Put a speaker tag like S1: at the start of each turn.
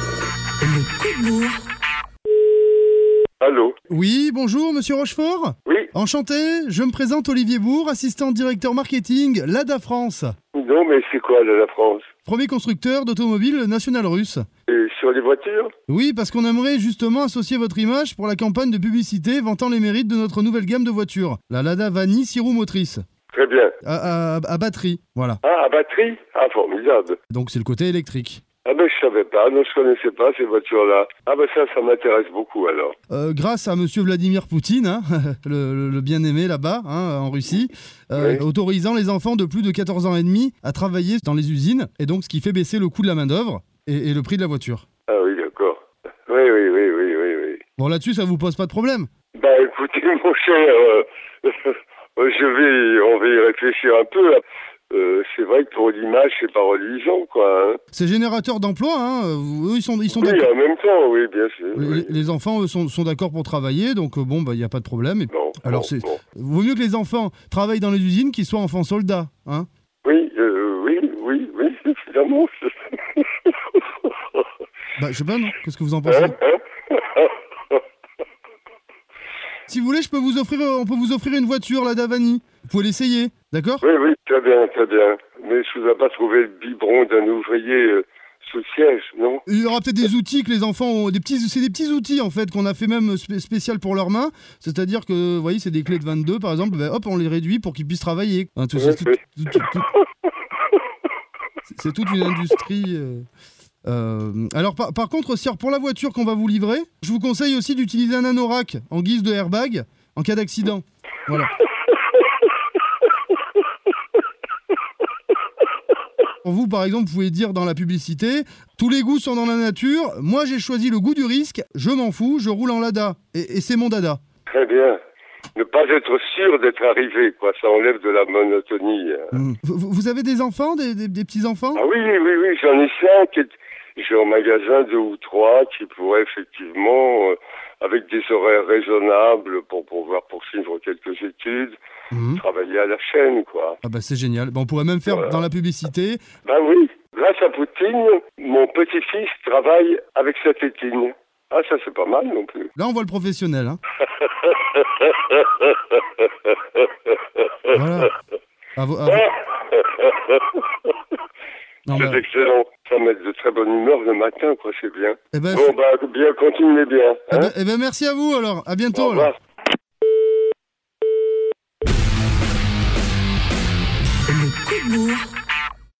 S1: le coup de bourre.
S2: Allô
S3: Oui, bonjour Monsieur Rochefort
S2: Oui
S3: Enchanté, je me présente Olivier Bourg, assistant directeur marketing LADA France,
S2: Non, mais c'est quoi là, la France
S3: premier constructeur d'automobiles national russe.
S2: Et Sur les voitures
S3: Oui, parce qu'on aimerait justement associer votre image pour la campagne de publicité vantant les mérites de notre nouvelle gamme de voitures, la LADA Vanille 6 roues motrices,
S2: Très bien.
S3: à, à- à batterie, voilà.
S2: Ah, à batterie Ah, formidable.
S3: Donc c'est le côté électrique.
S2: Ah ben, je savais pas. Non, je connaissais pas ces voitures-là. Ah ben, ça, ça m'intéresse beaucoup, alors.
S3: Euh, grâce à Monsieur Vladimir Poutine, hein, le, le- le bien-aimé là-bas, hein, en Russie, euh,
S2: Oui.
S3: autorisant les enfants de plus de 14 ans et demi à travailler dans les usines, et donc ce qui fait baisser le coût de la main-d'œuvre et, et le prix de la voiture.
S2: Ah oui, d'accord. Oui, oui, oui, oui, oui, oui.
S3: Bon, là-dessus, ça vous pose pas de problème
S2: Bah, écoutez, mon cher, euh, je vais, on va y réfléchir un peu. Euh, c'est vrai que pour l'image, c'est pas religion, quoi. hein.
S3: C'est générateur d'emplois, hein, vous- eux, ils sont, ils sont
S2: Oui,
S3: d'accord.
S2: en même temps, oui, bien sûr.
S3: Les,
S2: oui.
S3: les enfants, eux, sont, sont d'accord pour travailler, donc euh, bon, il n'y a pas de problème. Et-
S2: Bon,
S3: Alors,
S2: bon,
S3: c'est-
S2: bon.
S3: Vaut mieux que les enfants travaillent dans les usines qu'ils soient enfants soldats, hein
S2: Oui, euh, oui, oui, oui, évidemment.
S3: Bah, je sais pas, non Qu'est-ce que vous en pensez
S2: Hein, hein
S3: Si vous voulez, je peux vous offrir, euh, on peut vous offrir une voiture, la Davani. Vous pouvez l'essayer, d'accord
S2: Oui, oui, très bien, très bien. Mais je vous ai pas trouvé le biberon d'un ouvrier euh, sous le siège, non
S3: Il y aura peut-être des outils que les enfants ont, des petits, c'est des petits outils en fait qu'on a fait même spé- spécial pour leurs mains. C'est-à-dire que, vous voyez, c'est des clés de 22 par exemple, ben, hop, on les réduit pour qu'ils puissent travailler. Hein, tout-
S2: Oui,
S3: c'est tout-
S2: oui.
S3: tout- tout- tout- c'est- c'est toute une industrie. euh, euh, alors par, par contre, Sire, pour la voiture qu'on va vous livrer, je vous conseille aussi d'utiliser un anorak en guise de airbag en cas d'accident. Voilà. Pour vous, par exemple, vous pouvez dire dans la publicité tous les goûts sont dans la nature. Moi, j'ai choisi le goût du risque. Je m'en fous. Je roule en Lada. Et, et c'est mon dada.
S2: Très bien. Ne pas être sûr d'être arrivé, quoi. Ça enlève de la monotonie. hein.
S3: Mm. Vous, vous avez des enfants, des, des- des petits enfants
S2: Ah oui, oui, oui, j'en ai cinq. et J'ai en magasin deux ou trois qui pourraient effectivement, euh, avec des horaires raisonnables pour pouvoir poursuivre quelques études,
S3: Mm.
S2: travailler à la chaîne, quoi.
S3: Ah bah c'est génial. Bah, on pourrait même faire
S2: Voilà.
S3: dans la publicité.
S2: Ben oui, grâce à Poutine, mon petit-fils travaille avec sa tétine. Ah, ça c'est pas mal non plus.
S3: Là, on voit le professionnel. hein. Voilà. Ah, vo- ah, non,
S2: C'est
S3: bah,
S2: excellent. Ça met de très bonne humeur le matin, quoi, c'est bien.
S3: eh ben,
S2: Bon, bah, bien, continuez bien.
S3: eh
S2: hein.
S3: ben- eh ben, merci à vous alors. À
S2: Au
S3: bientôt. alors.
S2: revoir.
S1: Le coup de bourre.